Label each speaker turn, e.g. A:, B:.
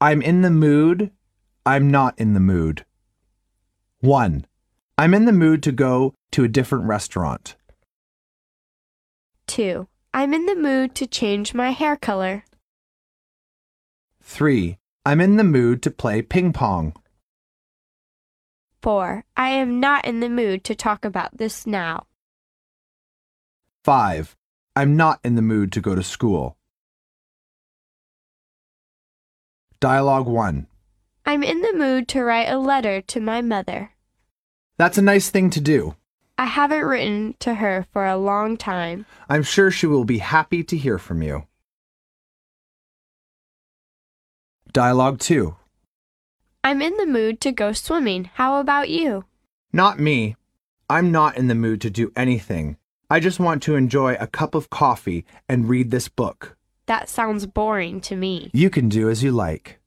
A: I'm in the mood. I'm not in the mood. 1. I'm in the mood to go to a different restaurant.
B: 2. I'm in the mood to change my hair color.
A: 3. I'm in the mood to play ping pong.
B: 4. I am not in the mood to talk about this now.
A: 5. I'm not in the mood to go to school. Dialogue 1.
B: I'm in the mood to write a letter to my mother.
A: That's a nice thing to do.
B: I haven't written to her for a long time.
A: I'm sure she will be happy to hear from you. Dialogue 2.
B: I'm in the mood to go swimming. How about you?
A: Not me. I'm not in the mood to do anything. I just want to enjoy a cup of coffee and read this book.
B: That sounds boring to me.
A: You can do as you like.